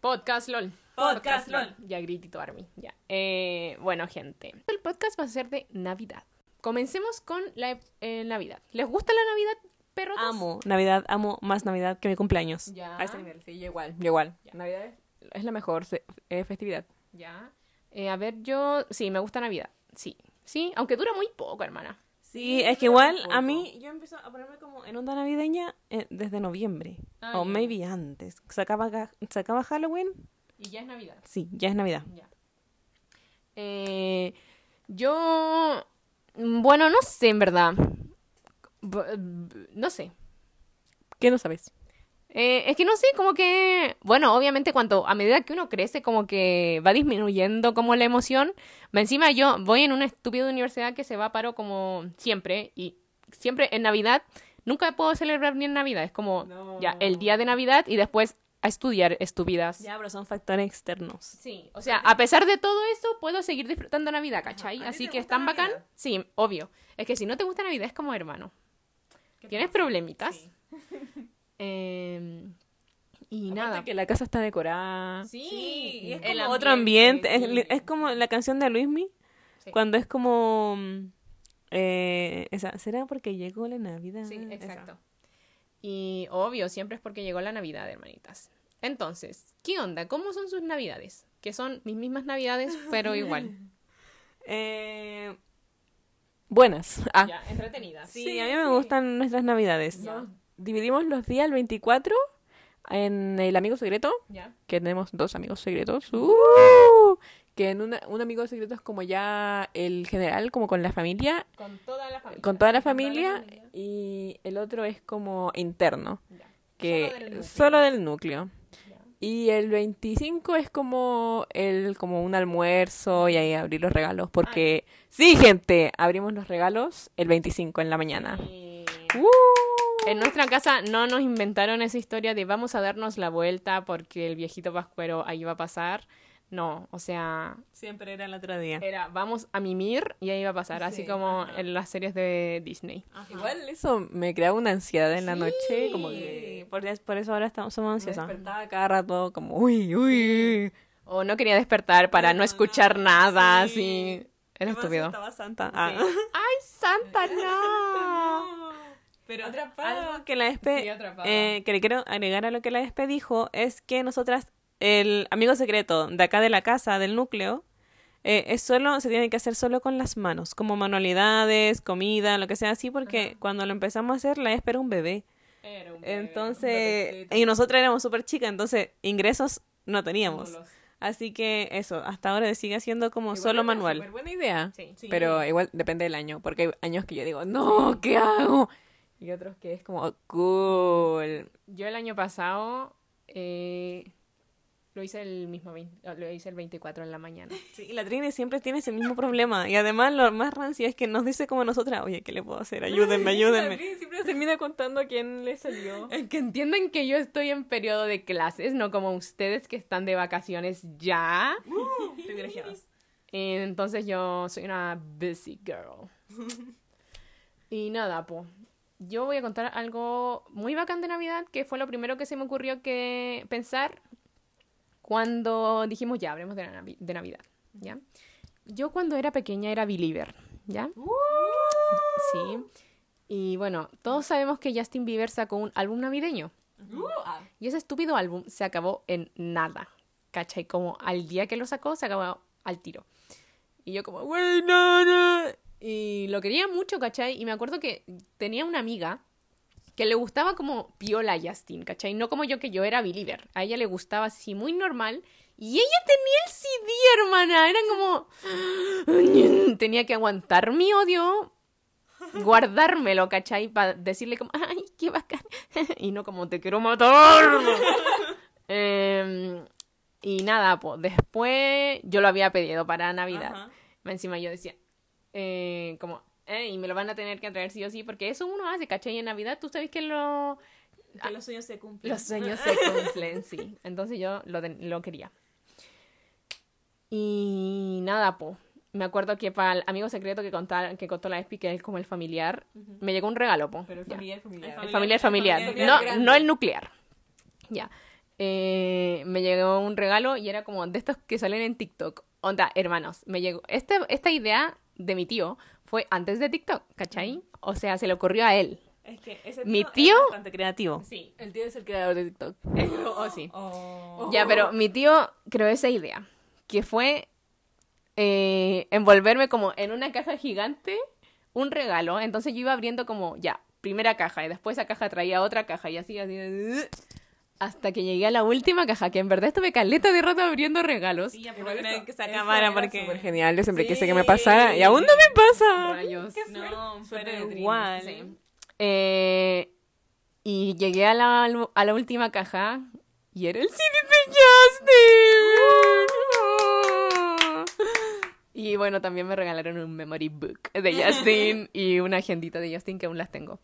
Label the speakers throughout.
Speaker 1: Podcast LOL.
Speaker 2: Podcast LOL.
Speaker 1: Ya gritito Army. Ya. Eh, bueno, gente. El podcast va a ser de Navidad. Comencemos con la eh, Navidad. ¿Les gusta la Navidad, perros?
Speaker 2: Amo Navidad, amo más Navidad que mi cumpleaños.
Speaker 1: Ya.
Speaker 2: A ese nivel, sí, yo igual, yo igual.
Speaker 1: Ya.
Speaker 2: Navidad es, es la mejor se- eh, festividad.
Speaker 1: Ya. Eh, a ver, yo. Sí, me gusta Navidad. Sí. Sí, aunque dura muy poco, hermana.
Speaker 2: Sí, es que igual a mí, yo empiezo a ponerme como en onda navideña eh, desde noviembre.
Speaker 1: Ah,
Speaker 2: o
Speaker 1: ya.
Speaker 2: maybe antes. ¿Se acaba, ga- se acaba Halloween?
Speaker 1: Y ya es Navidad.
Speaker 2: Sí, ya es Navidad.
Speaker 1: Ya. Eh, yo. mm, Bueno, no sé, en verdad. B- b- No sé.
Speaker 2: ¿Qué no sabes?
Speaker 1: Eh, es que no sé, como que, bueno, obviamente cuanto a medida que uno crece, como que va disminuyendo como la emoción. Más Encima yo voy en una estúpida universidad que se va a paro como siempre y siempre en Navidad nunca puedo celebrar bien Navidad. Es como
Speaker 2: No.
Speaker 1: ya el día de Navidad y después a estudiar estúpidas.
Speaker 2: Ya, pero son factores externos.
Speaker 1: Sí, o sea, a pesar de todo eso, puedo seguir disfrutando Navidad, ¿cachai?
Speaker 2: ¿A ti
Speaker 1: Así
Speaker 2: te
Speaker 1: que es
Speaker 2: gusta
Speaker 1: tan bacán.
Speaker 2: Navidad?
Speaker 1: Sí, obvio. Es que si no te gusta Navidad es como hermano. Tienes problemitas.
Speaker 2: Sí.
Speaker 1: Em, y
Speaker 2: Aparte
Speaker 1: nada.
Speaker 2: que la casa está decorada.
Speaker 1: Sí,
Speaker 2: y es como
Speaker 1: el
Speaker 2: otro
Speaker 1: ambiente,
Speaker 2: ambiente. Es,
Speaker 1: sí.
Speaker 2: li- es como la canción de Luismi,
Speaker 1: Sí.
Speaker 2: cuando es como... mm, eh, esa, ¿Será porque llegó la Navidad?
Speaker 1: Sí,
Speaker 2: Esa.
Speaker 1: exacto. Y obvio, siempre es porque llegó la Navidad, hermanitas. Entonces, ¿qué onda? ¿Cómo son sus navidades? Que son mis mismas navidades, pero igual.
Speaker 2: Eh, buenas. Ah.
Speaker 1: Ya, entretenidas.
Speaker 2: Sí, a mí me gustan nuestras Navidades.
Speaker 1: Ya.
Speaker 2: Dividimos los días el 24 en el amigo secreto.
Speaker 1: Ya.
Speaker 2: que tenemos dos amigos secretos. ¡Uh! Que en una- un amigo secreto es como ya el general, como con la familia,
Speaker 1: Con toda la familia.
Speaker 2: con toda la familia, y el otro es como interno,
Speaker 1: Ya.
Speaker 2: que
Speaker 1: Solo del núcleo.
Speaker 2: solo del núcleo.
Speaker 1: Ya.
Speaker 2: Y el 25 es como el como un almuerzo y ahí abrir los regalos porque
Speaker 1: Ah,
Speaker 2: sí, gente, abrimos los regalos el 25 en la mañana.
Speaker 1: Y
Speaker 2: ¡Uh!
Speaker 1: En nuestra casa no nos inventaron esa historia de vamos a darnos la vuelta porque el viejito pascuero ahí va a pasar. No, o sea,
Speaker 2: Siempre era el otro día.
Speaker 1: era vamos a mimir y ahí va a pasar, así
Speaker 2: Sí,
Speaker 1: como
Speaker 2: ajá.
Speaker 1: en las series de Disney.
Speaker 2: Igual eso me creaba una ansiedad en la
Speaker 1: Sí.
Speaker 2: noche, como que por, es- por eso ahora estamos, somos ansiosas. despertaba cada rato como, uy, uy.
Speaker 1: O no quería despertar para no,
Speaker 2: No,
Speaker 1: escuchar
Speaker 2: no,
Speaker 1: nada,
Speaker 2: sí.
Speaker 1: así. Era estúpido.
Speaker 2: Estaba santa. Ah.
Speaker 1: ¡Ay, Santa, no!
Speaker 2: Pero
Speaker 1: Atrapado.
Speaker 2: algo que la Espe,
Speaker 1: Sí, atrapado.
Speaker 2: eh, que le quiero agregar a lo que la Espe dijo es que nosotras, el amigo secreto de acá de la casa, del núcleo, eh, es solo, se tiene que hacer solo con las manos, como manualidades, comida, lo que sea así, porque cuando lo empezamos a hacer, la Espe era un bebé. Entonces, y nosotras éramos súper chicas, entonces ingresos no teníamos. Así que eso, hasta ahora sigue siendo como solo manual. buena idea.
Speaker 1: Sí.
Speaker 2: Pero igual depende del año, porque hay años que yo digo, no, ¿qué hago? Y otros que es como, cool.
Speaker 1: Yo el año pasado eh, lo hice el mismo vein- lo hice el 24 en la mañana.
Speaker 2: Sí, y la Trini siempre tiene ese mismo problema. Y además lo más rancio es que nos dice como nosotras, oye, ¿qué le puedo hacer? Ayúdenme, ayúdenme.
Speaker 3: siempre termina contando a quién le salió.
Speaker 1: Es que entiendan que yo estoy en periodo de clases, no como ustedes que están de vacaciones ya. Eh, Entonces yo soy una busy girl. y nada, po. Yo voy a contar algo muy bacán de Navidad, que fue lo primero que se me ocurrió que pensar cuando dijimos ya, hablemos de, la Navi- de Navidad, ¿ya? Yo cuando era pequeña era believer, ¿ya? Sí. Y bueno, todos sabemos que Justin Bieber sacó un álbum navideño. Y ese estúpido álbum se acabó en nada. ¿Cachai? Como al día que lo sacó, se acabó al tiro. Y yo como, güey, no, no". Y lo quería mucho, ¿cachai? Y me acuerdo que tenía una amiga que le gustaba como piola a Justin, ¿cachai? No como yo, que yo era believer. A ella le gustaba así muy normal. Y ella tenía el CD, hermana. Era como... Tenía que aguantar mi odio guardármelo, ¿cachai? Para decirle como, ay, qué bacán. y no como, te quiero matar. Em, y nada, pues después yo lo había pedido para Navidad.
Speaker 2: Ajá.
Speaker 1: Encima yo decía, eh, como, eh, y me lo van a tener que traer sí o sí, porque eso uno hace, ¿cachai? En Navidad tú sabes que lo,
Speaker 2: Que los sueños se cumplen.
Speaker 1: los sueños se cumplen, sí. Entonces yo lo, ten- lo quería. Y nada, po. Me acuerdo que para el amigo secreto que, contar, que contó la Espi, que es como el familiar, me llegó un regalo, po. Ya.
Speaker 2: familiar.
Speaker 1: El familiar, familiar. No, no el nuclear. Ya. eh, me llegó un regalo y era como de estos que salen en TikTok. Onda, hermanos, me llegó. Este, esta idea de mi tío fue antes de TikTok, ¿cachai? O sea, se le ocurrió a él.
Speaker 2: Es que ese
Speaker 1: Mi
Speaker 2: es
Speaker 1: tío-
Speaker 2: bastante creativo.
Speaker 1: Sí, el tío es el creador de TikTok. oh, sí.
Speaker 2: Oh.
Speaker 1: Ya, pero mi tío creó esa idea, que fue eh, envolverme como en una caja gigante un regalo. Entonces yo iba abriendo como, ya, primera caja, y después esa caja traía otra caja, y así, así, hasta que llegué a la última caja, que en verdad estuve caleta de rato abriendo regalos.
Speaker 2: Sí, ya, pero no creen que se
Speaker 3: Eso
Speaker 2: acabara
Speaker 3: era
Speaker 2: porque...
Speaker 3: súper genial, yo siempre quise que me
Speaker 2: Sí.
Speaker 3: pasara y aún no me pasa.
Speaker 1: Rayos.
Speaker 2: No,
Speaker 3: Suerte de
Speaker 2: pero
Speaker 3: Trini,
Speaker 2: igual.
Speaker 1: Sí. Eh, y llegué a la, a la última caja y era el CD de Justin. Y bueno, también me regalaron un memory book de Justin y una agendita de Justin que aún las tengo.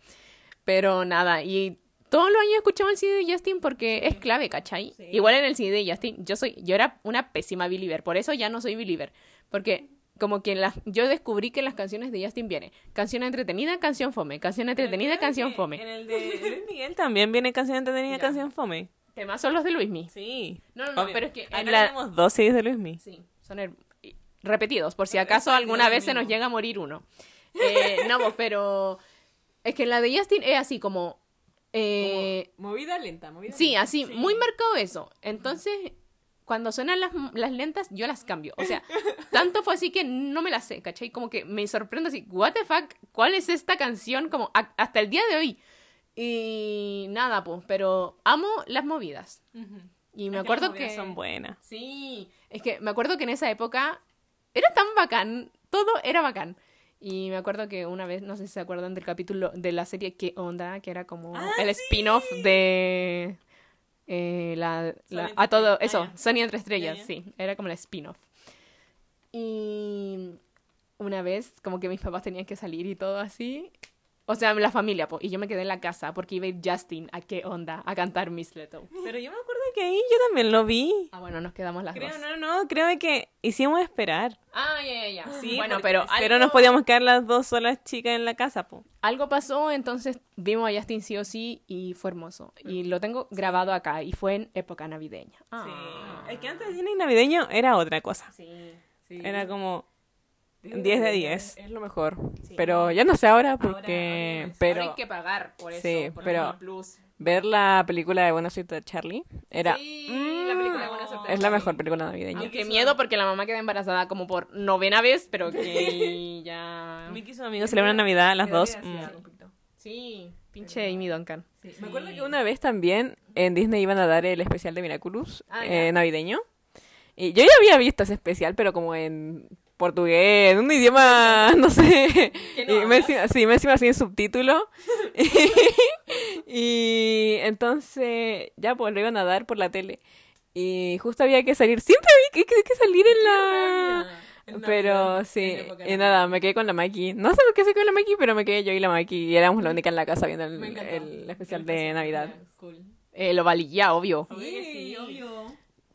Speaker 1: Pero nada, y todos los años escuchaba el CD de Justin porque es clave, ¿cachai?
Speaker 2: Sí.
Speaker 1: Igual en el CD de Justin, yo soy, yo era una pésima believer, por eso ya no soy believer. Porque como que las, yo descubrí que las canciones de Justin vienen. Canción entretenida, canción fome. Canción entretenida, canción
Speaker 2: En
Speaker 1: fome.
Speaker 2: el de Luis Miguel también viene canción entretenida,
Speaker 1: Ya.
Speaker 2: canción fome.
Speaker 1: Temas son los de Luismi.
Speaker 2: Sí.
Speaker 1: No, no, no,
Speaker 2: Obvio.
Speaker 1: pero es que en
Speaker 2: Acá
Speaker 1: la-
Speaker 2: tenemos dos CDs de Luis Miguel.
Speaker 1: Sí, son her- y- repetidos, por si
Speaker 2: Eh,
Speaker 1: acaso
Speaker 2: exacto,
Speaker 1: alguna
Speaker 2: lo
Speaker 1: vez se nos
Speaker 2: mismo.
Speaker 1: llega a morir uno. Eh, no, pues, pero es que la de Justin es así como... eh,
Speaker 3: movida lenta, movida
Speaker 1: Sí,
Speaker 3: lenta.
Speaker 1: así, muy marcado eso. Entonces, cuando suenan las, las lentas, yo las cambio. O sea, tanto fue así que no me las sé, ¿cachai? Como que me sorprende así, ¿What the fuck? ¿Cuál es esta canción? Como a- hasta el día de hoy. Y nada, pues, pero amo las movidas. Y me
Speaker 2: Es
Speaker 1: acuerdo
Speaker 2: las movidas
Speaker 1: que.
Speaker 2: Son buenas.
Speaker 1: Sí, es que me acuerdo que en esa época era tan bacán, todo era bacán. Y me acuerdo que una vez, no sé si se acuerdan del capítulo de la serie ¿Qué onda? Que era como
Speaker 2: Ah,
Speaker 1: el
Speaker 2: sí.
Speaker 1: spin-off de eh, la, la-
Speaker 2: entre
Speaker 1: a todo
Speaker 2: estrellas.
Speaker 1: eso,
Speaker 2: Ah, ya.
Speaker 1: Sony entre estrellas,
Speaker 2: ya.
Speaker 1: sí, era como el spin-off. Y una vez como que mis papás tenían que salir y todo así. O sea, la familia, po, y yo me quedé en la casa porque iba a ir Justin a qué onda a cantar Miss Leto.
Speaker 2: Pero yo me acuerdo que ahí yo también lo vi.
Speaker 1: Ah, bueno, nos quedamos las
Speaker 2: Creo,
Speaker 1: dos.
Speaker 2: no, no, creo que hicimos esperar.
Speaker 1: Ah, ya, ya, ya.
Speaker 2: Sí,
Speaker 1: bueno,
Speaker 2: porque-
Speaker 1: pero
Speaker 2: Pero
Speaker 1: algo,
Speaker 2: nos podíamos quedar las dos solas chicas en la casa, po.
Speaker 1: algo pasó, entonces vimos a Justin sí o sí y fue hermoso. Y lo tengo grabado acá y fue en época navideña. Ah.
Speaker 2: Es que antes de cine navideño era otra cosa.
Speaker 1: Sí.
Speaker 3: Sí.
Speaker 2: Era como...
Speaker 3: Disney
Speaker 2: 10 de
Speaker 3: Disney
Speaker 2: 10.
Speaker 3: Es lo mejor. Pero ya no sé ahora porque pero
Speaker 1: hay que pagar por eso.
Speaker 3: Sí,
Speaker 1: por
Speaker 3: pero-
Speaker 1: Disney Plus.
Speaker 3: ver la película de Buena Suerte de Charlie era
Speaker 1: Sí, la película de Buena Suerte de
Speaker 3: es la
Speaker 1: Charlie.
Speaker 3: mejor película navideña.
Speaker 1: Aunque miedo porque la mamá queda embarazada como por novena vez, pero que ya...
Speaker 2: Vicky y sus amigos celebran Navidad, las dos. mm.
Speaker 1: Sí, pinche Amy Duncan.
Speaker 3: Me acuerdo que una vez también en Disney iban a dar el especial de Miraculous
Speaker 1: Ah,
Speaker 3: eh,
Speaker 1: ya.
Speaker 3: navideño. Y yo ya había visto ese especial, pero como en portugués, en un idioma, no sé.
Speaker 1: ¿Que no
Speaker 3: y me
Speaker 1: hablas?
Speaker 3: encima, sí, me encima así en subtítulo. y entonces ya pues lo iban a dar por la tele. Y justo había que salir, siempre había que, que- que salir en
Speaker 1: Ah,
Speaker 3: la... Pero sí, y nada, me quedé con la Maki. No sé por qué se quedó la Maki, pero me quedé yo y la Maki. Y éramos la única en la casa viendo el,
Speaker 2: Mm. Me encantó.
Speaker 3: el especial de Navidad.
Speaker 1: Eh, lo valí ya, obvio.
Speaker 2: Obvio que sí, obvio.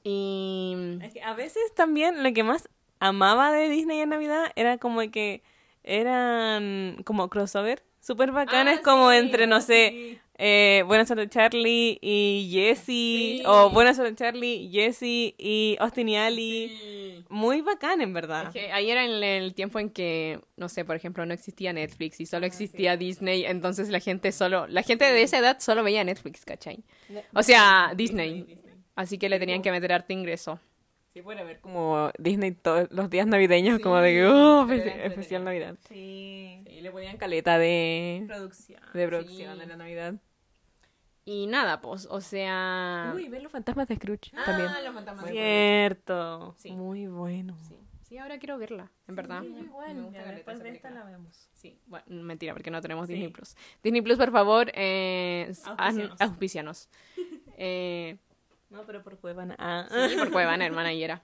Speaker 1: Y...
Speaker 2: Es que a veces también lo que más amaba de Disney en Navidad era como que eran como crossover súper bacanas,
Speaker 1: Ah,
Speaker 2: como
Speaker 1: sí,
Speaker 2: entre, no sé, eh, Buenas Suerte Charlie y Jessie, o Buenas Suerte Charlie, Jessie y Austin y Ali. Muy bacán, en verdad.
Speaker 1: Es que ahí era en el tiempo en que, no sé, por ejemplo, no existía Netflix y solo
Speaker 2: Ah,
Speaker 1: existía Disney, entonces la gente solo, la gente de esa edad solo veía Netflix, ¿cachai? O sea, Disney. Así que le tenían que meter arte ingreso.
Speaker 3: Sí, puede haber como Disney todos los días navideños, como de que, oh, especi- especial Navidad.
Speaker 2: Sí,
Speaker 3: Y le ponían caleta de,
Speaker 2: producción.
Speaker 3: de producción
Speaker 1: Sí.
Speaker 3: de la Navidad.
Speaker 1: Y nada, pues, o
Speaker 2: Ah.
Speaker 1: sea... ah,
Speaker 3: Uy, ver los fantasmas de Scrooge también.
Speaker 1: los fantasmas.
Speaker 2: Cierto.
Speaker 1: Sí.
Speaker 2: Muy bueno.
Speaker 1: Sí. Sí, ahora quiero verla, en verdad. Me gusta caleta esa película.
Speaker 2: vemos.
Speaker 1: Sí, bueno, mentira, porque no tenemos
Speaker 2: Sí.
Speaker 1: Disney Plus. Disney Plus, por favor, eh, s-
Speaker 2: Auspícianos.
Speaker 1: haz- auspícianos. Eh,
Speaker 2: No, pero por Cuevana. Ah.
Speaker 1: sí, por Cuevana, hermana y era.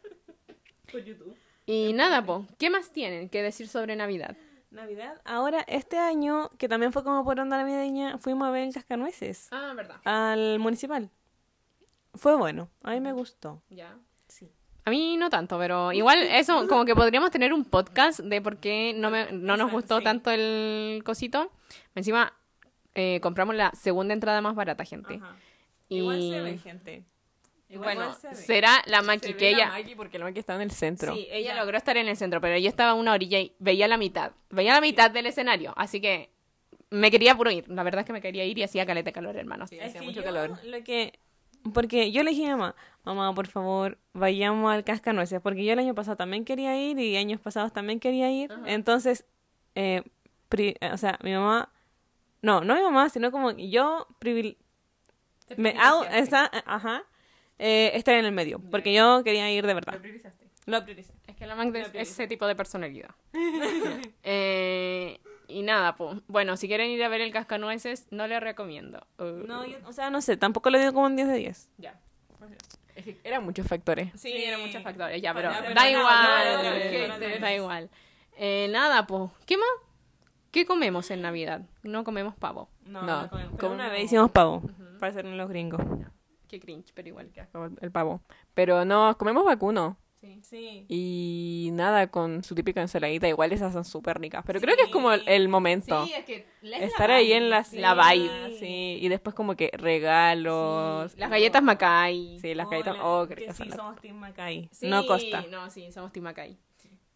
Speaker 2: Por YouTube.
Speaker 1: Y nada, po, ¿qué más tienen que decir sobre Navidad?
Speaker 2: Navidad. Ahora, este año, que también fue como por onda navideña, fuimos a ver el Cascanueces
Speaker 1: Ah, verdad.
Speaker 2: al municipal. Fue bueno. A mí me gustó.
Speaker 1: Ya.
Speaker 2: Sí.
Speaker 1: A mí no tanto, pero igual eso, como que podríamos tener un podcast de por qué no, me- no nos gustó
Speaker 2: Sí.
Speaker 1: tanto el cosito. Encima, eh, compramos la segunda entrada más barata, gente. Y...
Speaker 2: Igual se ve gente. Igual
Speaker 1: bueno,
Speaker 2: se ve.
Speaker 1: será la Maki
Speaker 3: Se ve
Speaker 1: que
Speaker 3: la
Speaker 1: ella.
Speaker 3: Maki porque la Maki estaba en el centro.
Speaker 1: Sí, ella logró estar en el centro, pero ella estaba a una orilla y veía la mitad. Veía la mitad del escenario, así que me quería puro ir. La verdad es que me quería ir y hacía caleta de calor, hermanos.
Speaker 3: Sí. hacía
Speaker 2: que
Speaker 3: mucho
Speaker 2: yo
Speaker 3: calor.
Speaker 2: Lo que, porque yo le dije a mamá, mamá, por favor, vayamos al cascanueces, porque yo el año pasado también quería ir y años pasados también quería ir. Entonces, eh, pri- eh, o sea, mi mamá, no, no mi mamá, sino como yo privil- me au- esa- ajá, eh, estar en el medio, porque yo quería ir de verdad. Lo prioricé.
Speaker 1: Es que la Mac es ese tipo de personalidad. Eh, y nada, po. bueno, si quieren ir a ver el cascanueces, no les recomiendo. Uh.
Speaker 2: No, yo- o sea, no sé, tampoco le digo como un 10 de 10.
Speaker 1: Ya.
Speaker 3: Es que eran muchos factores.
Speaker 1: Sí, eran muchos factores, ya, pero,
Speaker 2: Bueno, pero
Speaker 1: da,
Speaker 2: no,
Speaker 1: igual,
Speaker 2: no, no, no,
Speaker 1: ok,
Speaker 2: no, no, no.
Speaker 1: da igual. Eh, nada, po. ¿Qué más? ¿Qué comemos en Navidad? No comemos pavo.
Speaker 2: No,
Speaker 3: No,
Speaker 2: no comemos.
Speaker 3: como-
Speaker 2: una vez hicimos pavo, para hacer los gringos.
Speaker 1: Qué cringe, pero igual que
Speaker 3: Como El el pavo. Pero no, comemos vacuno.
Speaker 2: Sí.
Speaker 3: Y nada, con su típica ensaladita. Igual esas son súper ricas. Pero creo que es como el, el momento.
Speaker 1: es que
Speaker 3: Estar ahí en la,
Speaker 2: sí.
Speaker 3: la vibe. Sí. Y después como que regalos.
Speaker 1: las galletas Macay.
Speaker 3: Sí, las galletas. Oh, creo que son
Speaker 2: sí,
Speaker 3: las-
Speaker 2: somos Team Macay.
Speaker 1: Sí,
Speaker 2: no Costa.
Speaker 1: No, sí, somos Team Macay.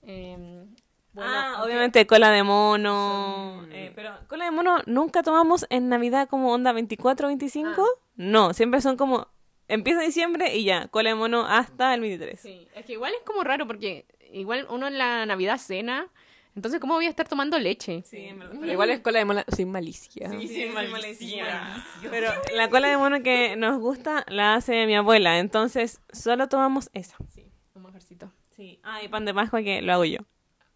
Speaker 1: Eh,
Speaker 2: ah,
Speaker 1: bueno,
Speaker 2: obviamente cola de mono.
Speaker 3: Son-
Speaker 2: eh, pero cola de mono nunca tomamos en Navidad como onda 24 o 25. No, siempre son como... Empieza diciembre y ya, cola de mono hasta el 23.
Speaker 1: Sí, es que igual es como raro porque igual uno en la Navidad cena, entonces ¿cómo voy a estar tomando leche?
Speaker 3: Pero igual es cola de mola sin malicia.
Speaker 2: Pero la cola de mono que nos gusta la hace mi abuela, entonces solo tomamos esa.
Speaker 1: Sí, un majarcito.
Speaker 2: Sí. Ah, y pan de pascua que lo hago yo.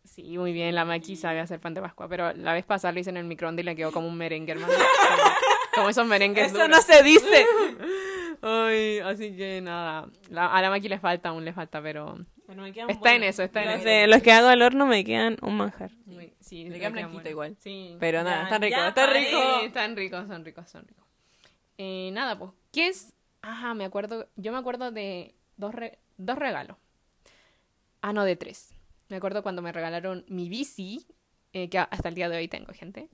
Speaker 1: Sí, muy bien, la Maki sabe hacer pan de Pascua, pero la vez pasada lo hice en el microondas y le quedó como un merengue, hermano. como esos merengues
Speaker 2: Eso no
Speaker 1: duros.
Speaker 2: se dice.
Speaker 1: Ay, así que nada, la- a la Maki le falta, aún le falta, pero... Está en eso, está en
Speaker 2: Los,
Speaker 1: eso.
Speaker 2: de- los que hago al horno me quedan un manjar.
Speaker 1: muy- sí,
Speaker 3: Le
Speaker 1: le
Speaker 3: queda
Speaker 1: queda
Speaker 3: blanquito
Speaker 1: bueno.
Speaker 3: igual.
Speaker 1: Sí.
Speaker 3: Pero nada,
Speaker 2: Ya,
Speaker 3: está rico.
Speaker 2: ya
Speaker 3: Está
Speaker 2: paré.
Speaker 3: rico.
Speaker 1: Sí, están ricos, son ricos, son ricos. Eh, nada, pues, ¿qué es? Ah, me acuerdo, yo me acuerdo de dos, re- dos regalos. Ah, no, de tres. Me acuerdo cuando me regalaron mi bici, eh, que a- hasta el día de hoy tengo, gente.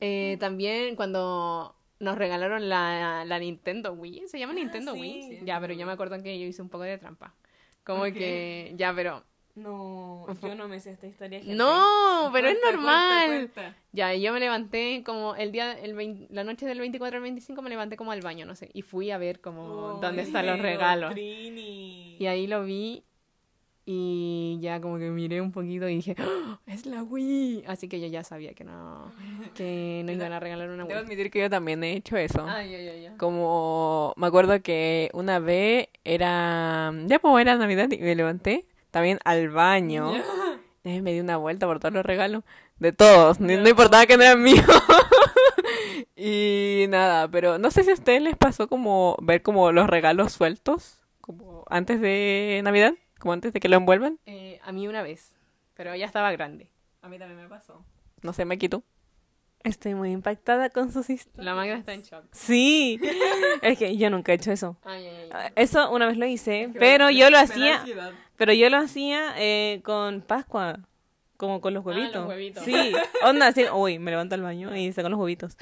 Speaker 1: Eh, También cuando nos regalaron la, la Nintendo Wii. ¿Se llama Nintendo
Speaker 2: sí.
Speaker 1: Wii? Ya, pero yo me acuerdo que yo hice un poco de trampa. Como que, ya, pero...
Speaker 2: No, yo no me sé esta historia.
Speaker 1: No, pero es normal. Ya, y yo me levanté como el día, el vein- la noche del 24 al 25 me levanté como al baño, no sé, y fui a ver como Oh, dónde están los regalos. Y ahí lo vi y ya como que miré un poquito y dije, ¡Ah! es la Wii. Así que yo ya sabía que no, que no iban a regalar una
Speaker 3: Debo
Speaker 1: Wii.
Speaker 3: admitir que yo también he hecho eso.
Speaker 2: Ah,
Speaker 1: Ay, ay, ay, ay.
Speaker 3: Como me acuerdo que una vez era. Ya como era Navidad y me levanté también al baño. Y me di una vuelta por todos los regalos. De todos. ni- No importaba que no eran míos. y nada, pero no sé si a ustedes les pasó como ver como los regalos sueltos. Como antes de Navidad. Como antes de que lo envuelvan.
Speaker 1: Eh, a mí una vez, pero ya estaba grande.
Speaker 2: A mí también me pasó.
Speaker 3: No sé, me quito.
Speaker 2: Estoy muy impactada con sus historias.
Speaker 1: La Magda está en shock.
Speaker 2: Sí, es que yo nunca he hecho eso.
Speaker 1: Ay, ay, ay.
Speaker 2: Ah, Eso una vez lo hice, pero yo lo hacía, pero yo lo hacía eh, con Pascua, como con los
Speaker 1: Ah, los
Speaker 2: huevitos.
Speaker 1: huevitos.
Speaker 2: Sí, onda así, uy, me levanto al baño y saco los huevitos.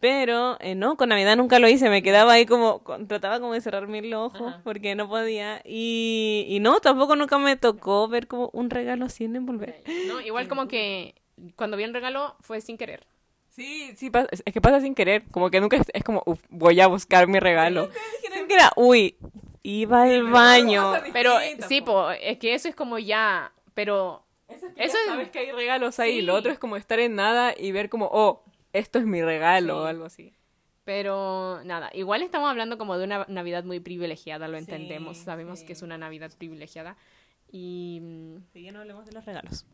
Speaker 2: Pero eh, no, con Navidad nunca lo hice, me quedaba ahí como, con- trataba como de cerrarme los ojos
Speaker 1: Ajá.
Speaker 2: porque no podía. Y, y no, tampoco nunca me tocó ver como un regalo sin envolver.
Speaker 1: No, igual como que cuando vi el regalo fue sin querer.
Speaker 3: Sí, sí, pasa- es que pasa sin querer. Como que nunca es, es como, "Uf, voy a buscar mi regalo.
Speaker 2: Que era, uy, iba al baño.
Speaker 1: Pero sí, po, es que eso es como ya, pero
Speaker 3: Eso
Speaker 1: Eso es-
Speaker 3: sabes que hay regalos ahí.
Speaker 1: Sí.
Speaker 3: Lo otro es como estar en nada y ver como, oh, esto es mi regalo
Speaker 1: Sí.
Speaker 3: o algo así.
Speaker 1: Pero nada, igual estamos hablando como de una Navidad muy privilegiada, lo
Speaker 2: Sí,
Speaker 1: entendemos, sabemos
Speaker 2: sí.
Speaker 1: que es una Navidad privilegiada. Y mm,
Speaker 2: Sí, ya no hablemos de los regalos.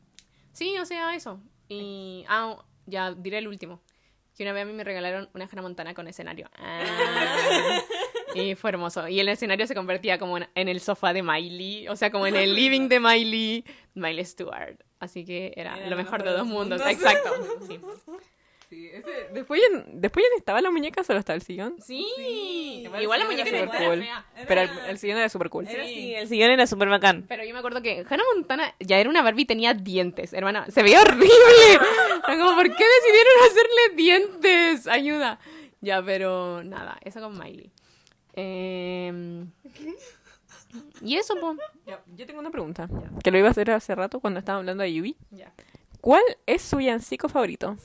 Speaker 1: sí, o sea, eso. Y ah, ya diré el último. Que una vez a mí me regalaron una Hannah Montana con escenario. Ah. y fue hermoso. Y el escenario se convertía como en, en el sofá de Miley, o sea, como en el living de Miley, Miley Stewart. Así que era, lo mejor de dos mundos. Exacto. Sí.
Speaker 3: Después ya, después ya ni estaba la muñeca, solo estaba el sillón.
Speaker 1: Sí.
Speaker 3: Igual
Speaker 1: Igual la
Speaker 3: el sillón
Speaker 1: muñeca
Speaker 3: era
Speaker 1: era
Speaker 3: súper cool.
Speaker 1: fea.
Speaker 3: Pero el, el sillón era súper cool.
Speaker 2: Era así, el sillón era súper bacán.
Speaker 1: Pero yo me acuerdo que Hannah Montana ya era una Barbie y tenía dientes, hermana. Se veía horrible. Era como, ¿por qué decidieron hacerle dientes? Ayuda. Ya, pero nada, eso con Miley. Em, y eso, pues.
Speaker 3: Ya, yo tengo una pregunta. Que lo iba a hacer hace rato cuando estaba hablando de Yui.
Speaker 1: Ya.
Speaker 3: ¿Cuál es su yancico favorito?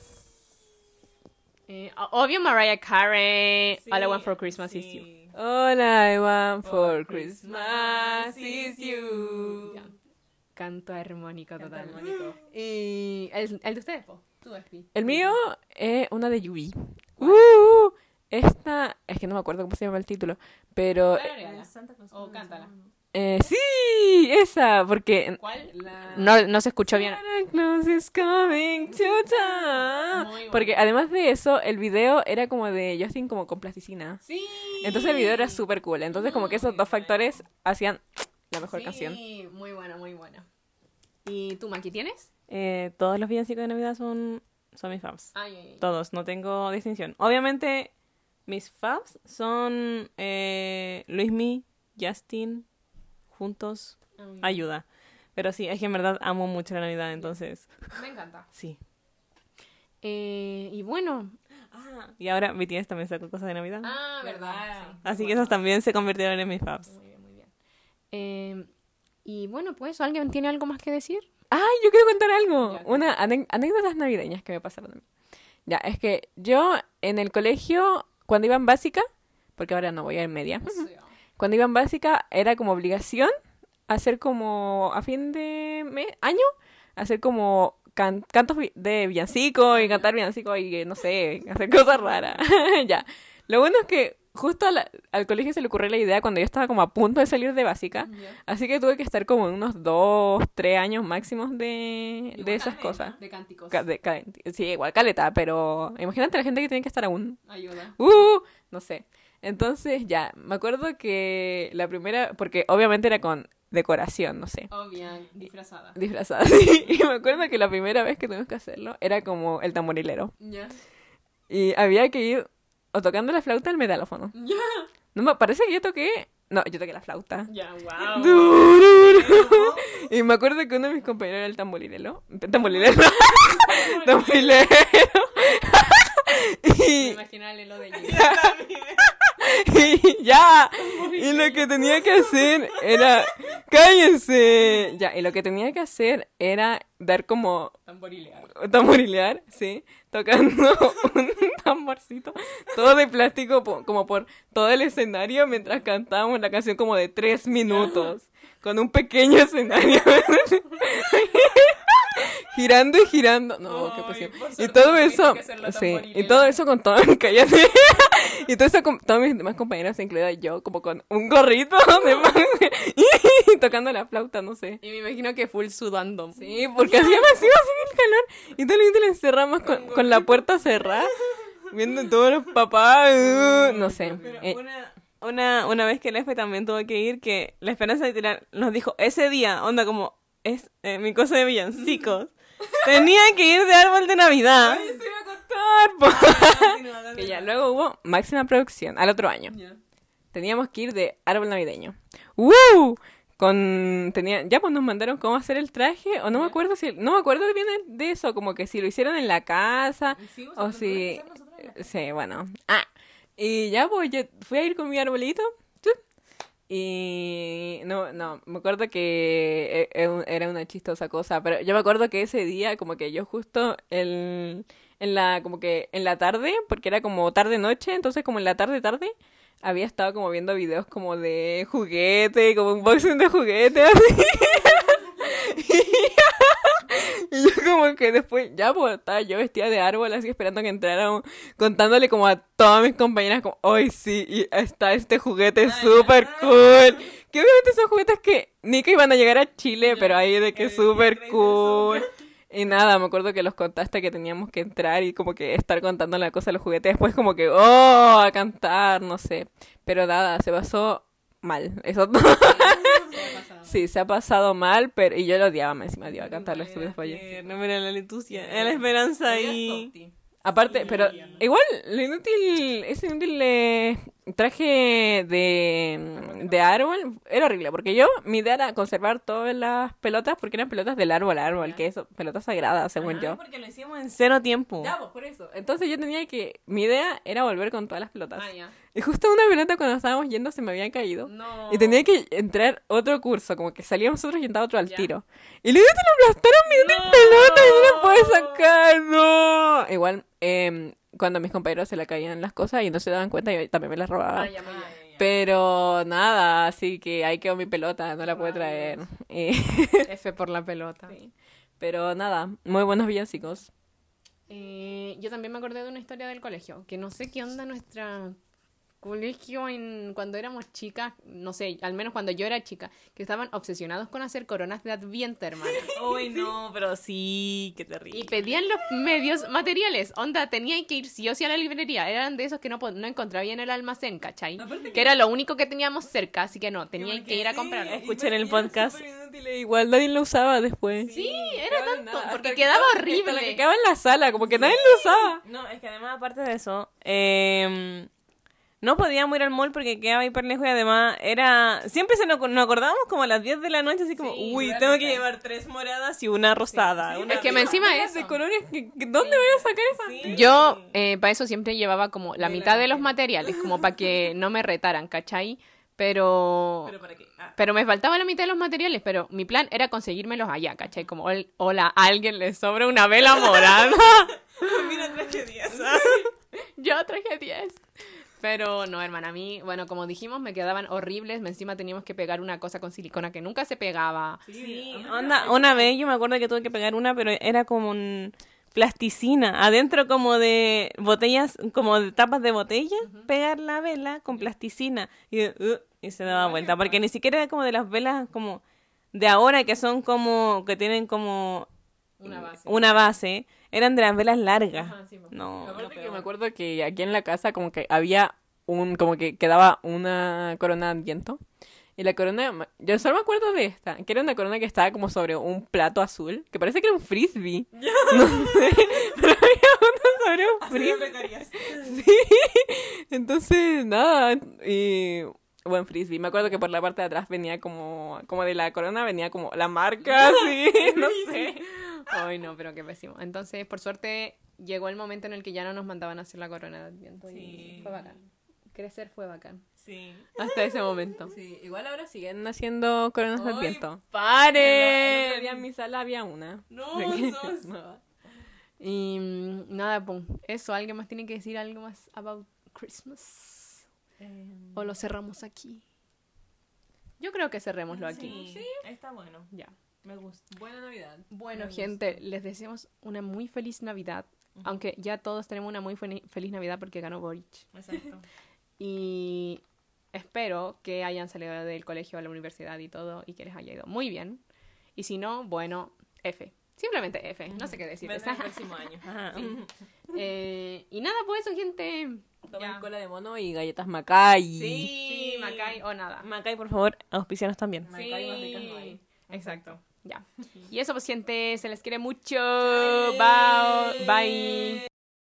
Speaker 1: Eh, obvio Mariah Carey, All I Want for Christmas
Speaker 2: sí.
Speaker 1: is You.
Speaker 3: All I want for Christmas is you.
Speaker 1: Ya. Canto armónico total. Y el, el de ustedes, po. Tú, Espi.
Speaker 3: El mío es una de Yui. Uh, esta, es que no me acuerdo cómo se llama el título, pero
Speaker 1: Claroreala. O cántala.
Speaker 3: eh, sí, esa, porque
Speaker 1: ¿Cuál?
Speaker 2: No, no se escuchó bien.
Speaker 3: Santa Claus is coming to town.
Speaker 1: Muy bueno.
Speaker 3: Porque además de eso, el video era como de Justin como con plasticina.
Speaker 1: Sí.
Speaker 3: Entonces el video era súper cool. Entonces como que esos
Speaker 1: Muy
Speaker 3: dos
Speaker 1: bueno.
Speaker 3: factores hacían la mejor canción.
Speaker 1: Sí, muy buena, muy buena. ¿Y tú, Maki, tienes?
Speaker 2: Eh, todos los villancicos de Navidad son, son mis faves.
Speaker 1: Ay, ay, ay.
Speaker 2: Todos, no tengo distinción. Obviamente, mis faves son eh, Luismi, Justin, juntos,
Speaker 1: Ay,
Speaker 2: ayuda. Pero sí, es que en verdad amo mucho la Navidad, entonces,
Speaker 1: Me encanta.
Speaker 2: sí.
Speaker 1: Eh, y bueno.
Speaker 2: Y ahora BTS también sacó cosas de Navidad.
Speaker 1: Ah, verdad.
Speaker 2: Así que esas también se convirtieron en mis faves.
Speaker 1: Muy bien, muy bien. Eh, y bueno, pues, ¿alguien tiene algo más que decir?
Speaker 3: Ay, yo quiero contar algo.
Speaker 1: Ya,
Speaker 3: Una ane- anécdotas navideñas que me pasaron a mí. Ya, es que yo en el colegio, cuando iba en básica, porque ahora no voy a ir media, cuando iba en básica era como obligación hacer como a fin de me- año, hacer como can- cantos vi- de villancico y cantar villancico y eh, no sé, hacer cosas raras. ya. Lo bueno es que justo a la- al colegio se le ocurrió la idea cuando yo estaba como a punto de salir de básica. Así que tuve que estar como en unos dos, tres años máximos de, de esas cosas.
Speaker 1: De cánticos.
Speaker 3: Ca- de ca- sí, igual caleta, pero imagínate la gente que tiene que estar aún.
Speaker 1: Ayuda.
Speaker 3: ¡Uh! No sé. Entonces ya, me acuerdo que la primera, porque obviamente era con decoración, no sé,
Speaker 1: Obvia, Oh, disfrazada.
Speaker 3: disfrazada. sí. Y me acuerdo que la primera vez que tuvimos que hacerlo era como el tamborilero.
Speaker 1: Ya.
Speaker 3: Y había que ir o tocando la flauta al metalófono.
Speaker 1: Ya.
Speaker 3: No me parece que yo toqué... No, yo toqué la flauta.
Speaker 1: Ya, wow.
Speaker 3: Y me acuerdo que uno de mis compañeros era el tamborilero. Tamborilero. tamborilero.
Speaker 1: Me
Speaker 3: y,
Speaker 1: imagino el hilo de Jimmy.
Speaker 3: y ya. Y lo que tenía que hacer era. ¡Cállense! Ya, y lo que tenía que hacer era dar como.
Speaker 1: Tamborilear.
Speaker 3: Tamborilear, sí. Tocando un tamborcito. Todo de plástico, po- como por todo el escenario, mientras cantábamos la canción como de tres minutos. Con un pequeño escenario. girando y girando. No, qué
Speaker 1: Ay,
Speaker 3: presión.
Speaker 1: por
Speaker 3: Y
Speaker 1: suerte
Speaker 3: todo
Speaker 1: tuviste
Speaker 3: eso.
Speaker 1: que hacerlo
Speaker 3: Sí, y
Speaker 1: tamborileando.
Speaker 3: todo eso con todo. Cállate. Y todo eso con todos mis demás compañeros, incluida yo, como con un gorrito de pan, y tocando la flauta, no sé.
Speaker 1: Y me imagino que full sudando.
Speaker 3: Sí, porque hacía demasiado así el calor. Y todo el día la encerramos con, con la puerta cerrada, viendo todos los papás. uh, no sé. Eh,
Speaker 2: una, una, una vez que el EFE también tuvo que ir, que la esperanza de tirar nos dijo ese día, onda como, es eh, mi cosa de villancicos. Tenía que ir de árbol de Navidad.
Speaker 3: pues. que ya luego hubo máxima producción al otro año. Teníamos que ir de árbol navideño. ¡Uh! Con, tenía, ya pues nos mandaron cómo hacer el traje, o no me acuerdo si, no me acuerdo bien de eso, como que si lo hicieron en la casa,
Speaker 1: Oh,
Speaker 3: o si, sí, bueno, ah, y ya pues yo fui a ir con mi arbolito, chup, y no, no, me acuerdo que e- e- un- era una chistosa cosa, pero yo me acuerdo que ese día como que yo justo el, en la, como que en la tarde, porque era como tarde-noche, entonces como en la tarde-tarde, había estado como viendo videos como de juguete, como unboxing de juguete, así. Y yo como que después, ya pues, estaba yo vestida de árbol, así esperando que entraran, contándole como a todas mis compañeras, como, hoy sí, y está este juguete súper cool. Que obviamente son juguetes que nunca iban a llegar a Chile, pero ahí de que súper cool. Y nada, me acuerdo que los contaste que teníamos que entrar y como que estar contando la cosa de los juguetes. Después como que, oh, a cantar, no sé. Pero nada, se pasó mal. Eso Sí, se ha pasado mal, pero... Y yo lo odiaba, me encima, iba a cantar los estúpidos payasos.
Speaker 2: No, mira la litucia, eh, la esperanza y...
Speaker 3: Aparte, pero igual lo inútil, es inútil eh, traje de, de árbol era horrible, porque yo mi idea era conservar todas las pelotas, porque eran pelotas del árbol a árbol, que es pelotas sagradas,
Speaker 1: Ah,
Speaker 3: según yo.
Speaker 2: porque lo hicimos en cero tiempo.
Speaker 3: Ya, pues, por eso. Entonces yo tenía que, mi idea era volver con todas las pelotas.
Speaker 1: Ah, ya.
Speaker 3: Y justo una pelota cuando estábamos yendo se me habían caído.
Speaker 1: No.
Speaker 3: Y tenía que entrar otro curso, como que salíamos nosotros y entraba otro al
Speaker 1: Ya.
Speaker 3: tiro. Y luego te lo aplastaron mi otra pelota y no la puedes
Speaker 1: No.
Speaker 3: sacar, no. Igual, em, cuando mis compañeros se le caían las cosas y no se daban cuenta, yo también me las robaba.
Speaker 1: Ah, ya, muy bien.
Speaker 3: Pero nada, así que ahí quedó mi pelota, no la pude
Speaker 1: Rayos.
Speaker 3: traer. Eh,
Speaker 1: Ah, F por la pelota.
Speaker 3: pero nada, muy buenos villancicos.
Speaker 1: Eh, yo también me acordé de una historia del colegio, que no sé qué onda nuestra colegio en cuando éramos chicas, no sé, al menos cuando yo era chica, que estaban obsesionados con hacer coronas de adviento, hermano.
Speaker 2: Uy, no, pero sí, qué terrible.
Speaker 1: Y pedían los medios materiales. Onda, tenía que ir sí o sí a la librería. Eran de esos que no, po- no encontraba bien el almacén, ¿cachai? Que, era lo único que teníamos cerca, así que no, tenía que ir a comprarlo.
Speaker 2: Escuchen el podcast.
Speaker 3: e Igual nadie lo usaba después.
Speaker 1: Sí, era
Speaker 3: quedaba en
Speaker 1: tanto,
Speaker 3: nada,
Speaker 1: porque
Speaker 3: hasta que
Speaker 1: quedaba
Speaker 3: Hasta la que
Speaker 1: horrible.
Speaker 3: quedaba en la sala, como que nadie lo usaba.
Speaker 2: No, es que además, aparte de eso, eh, no podíamos ir al mall porque quedaba hiper lejos y además era... Siempre se nos, nos acordábamos como a las 10 de la noche, así como,
Speaker 1: Sí,
Speaker 2: uy,
Speaker 1: una
Speaker 2: tengo que
Speaker 1: rosa.
Speaker 2: llevar tres moradas y una rosada. una
Speaker 1: Es que me
Speaker 2: rosa.
Speaker 1: encima
Speaker 3: Las
Speaker 1: eso.
Speaker 3: de colores, que- que- ¿dónde voy a sacar esas?
Speaker 2: Sí.
Speaker 1: Yo, eh, para eso siempre llevaba como la
Speaker 2: De la
Speaker 1: mitad de los
Speaker 2: mitad.
Speaker 1: materiales, como para que no me retaran, ¿cachai? Pero,
Speaker 2: ¿Pero para qué? Ah.
Speaker 1: pero me faltaba la mitad de los materiales, pero mi plan era conseguírmelos allá, ¿cachai? Como, "Hol- hola, ¿a alguien le sobra una vela morada?
Speaker 2: Mira, traje días.
Speaker 1: Yo traje 10. Pero no, hermana, a mí, bueno, como dijimos, me quedaban horribles. me Encima teníamos que pegar una cosa con silicona que nunca se pegaba.
Speaker 2: Sí, onda, una vez yo me acuerdo que tuve que pegar una, pero era como un plasticina, adentro como de botellas, como de tapas de botella, pegar la vela con plasticina y, uh, y se daba vuelta, porque ni siquiera era como de las velas como de ahora que son como, que tienen como
Speaker 1: Una base.
Speaker 2: una base, eran de las velas largas.
Speaker 1: Ajá, sí, po.
Speaker 2: no,
Speaker 3: Aparte
Speaker 2: lo
Speaker 3: que me
Speaker 2: peor.
Speaker 3: acuerdo que aquí en la casa como que había un, como que quedaba una corona de viento. Y la corona, yo solo me acuerdo de esta, que era una corona que estaba como sobre un plato azul, que parece que era un frisbee. No sé, pero había una sobre un frisbee. Sí. Entonces, nada, y buen frisbee. Me acuerdo que por la parte de atrás venía como, como de la corona venía como la marca, así, no sé.
Speaker 1: Ay, no, pero qué pésimo. Entonces, por suerte, llegó el momento en el que ya no nos mandaban a hacer la corona de Adviento. Y
Speaker 2: Sí.
Speaker 1: fue bacán. Crecer fue bacán.
Speaker 2: Sí.
Speaker 1: Hasta ese momento.
Speaker 3: Sí, igual ahora siguen haciendo coronas de
Speaker 2: ¡Ay,
Speaker 3: adviento. El otro
Speaker 2: ¡Pare!
Speaker 3: día en mi sala había una.
Speaker 2: No, sos-
Speaker 1: Y mm, nada, pum. Eso, ¿alguien más tiene que decir algo más about Christmas? ¿O lo cerramos aquí? Yo creo que cerrémoslo aquí.
Speaker 2: está bueno,
Speaker 1: Ya.
Speaker 2: me gusta.
Speaker 3: Buena Navidad.
Speaker 1: Bueno, gente, les deseamos una muy feliz Navidad. Aunque ya todos tenemos una muy fe- feliz Navidad porque ganó Boric.
Speaker 2: Exacto.
Speaker 1: Y espero que hayan salido del colegio a la universidad y todo y que les haya ido muy bien. Y si no, bueno, F. Simplemente F. No sé qué decir.
Speaker 2: próximo año.
Speaker 1: Eh, y nada, pues eso, gente.
Speaker 3: Tomen
Speaker 1: Ya.
Speaker 3: cola de mono y galletas Macay.
Speaker 1: Sí, Macay o nada.
Speaker 2: Macay, por favor, auspicianos también.
Speaker 3: Macay más ricas no hay.
Speaker 1: Sí, exacto. Ya. Y eso, pues, gente, se les quiere mucho. Bye. Bye.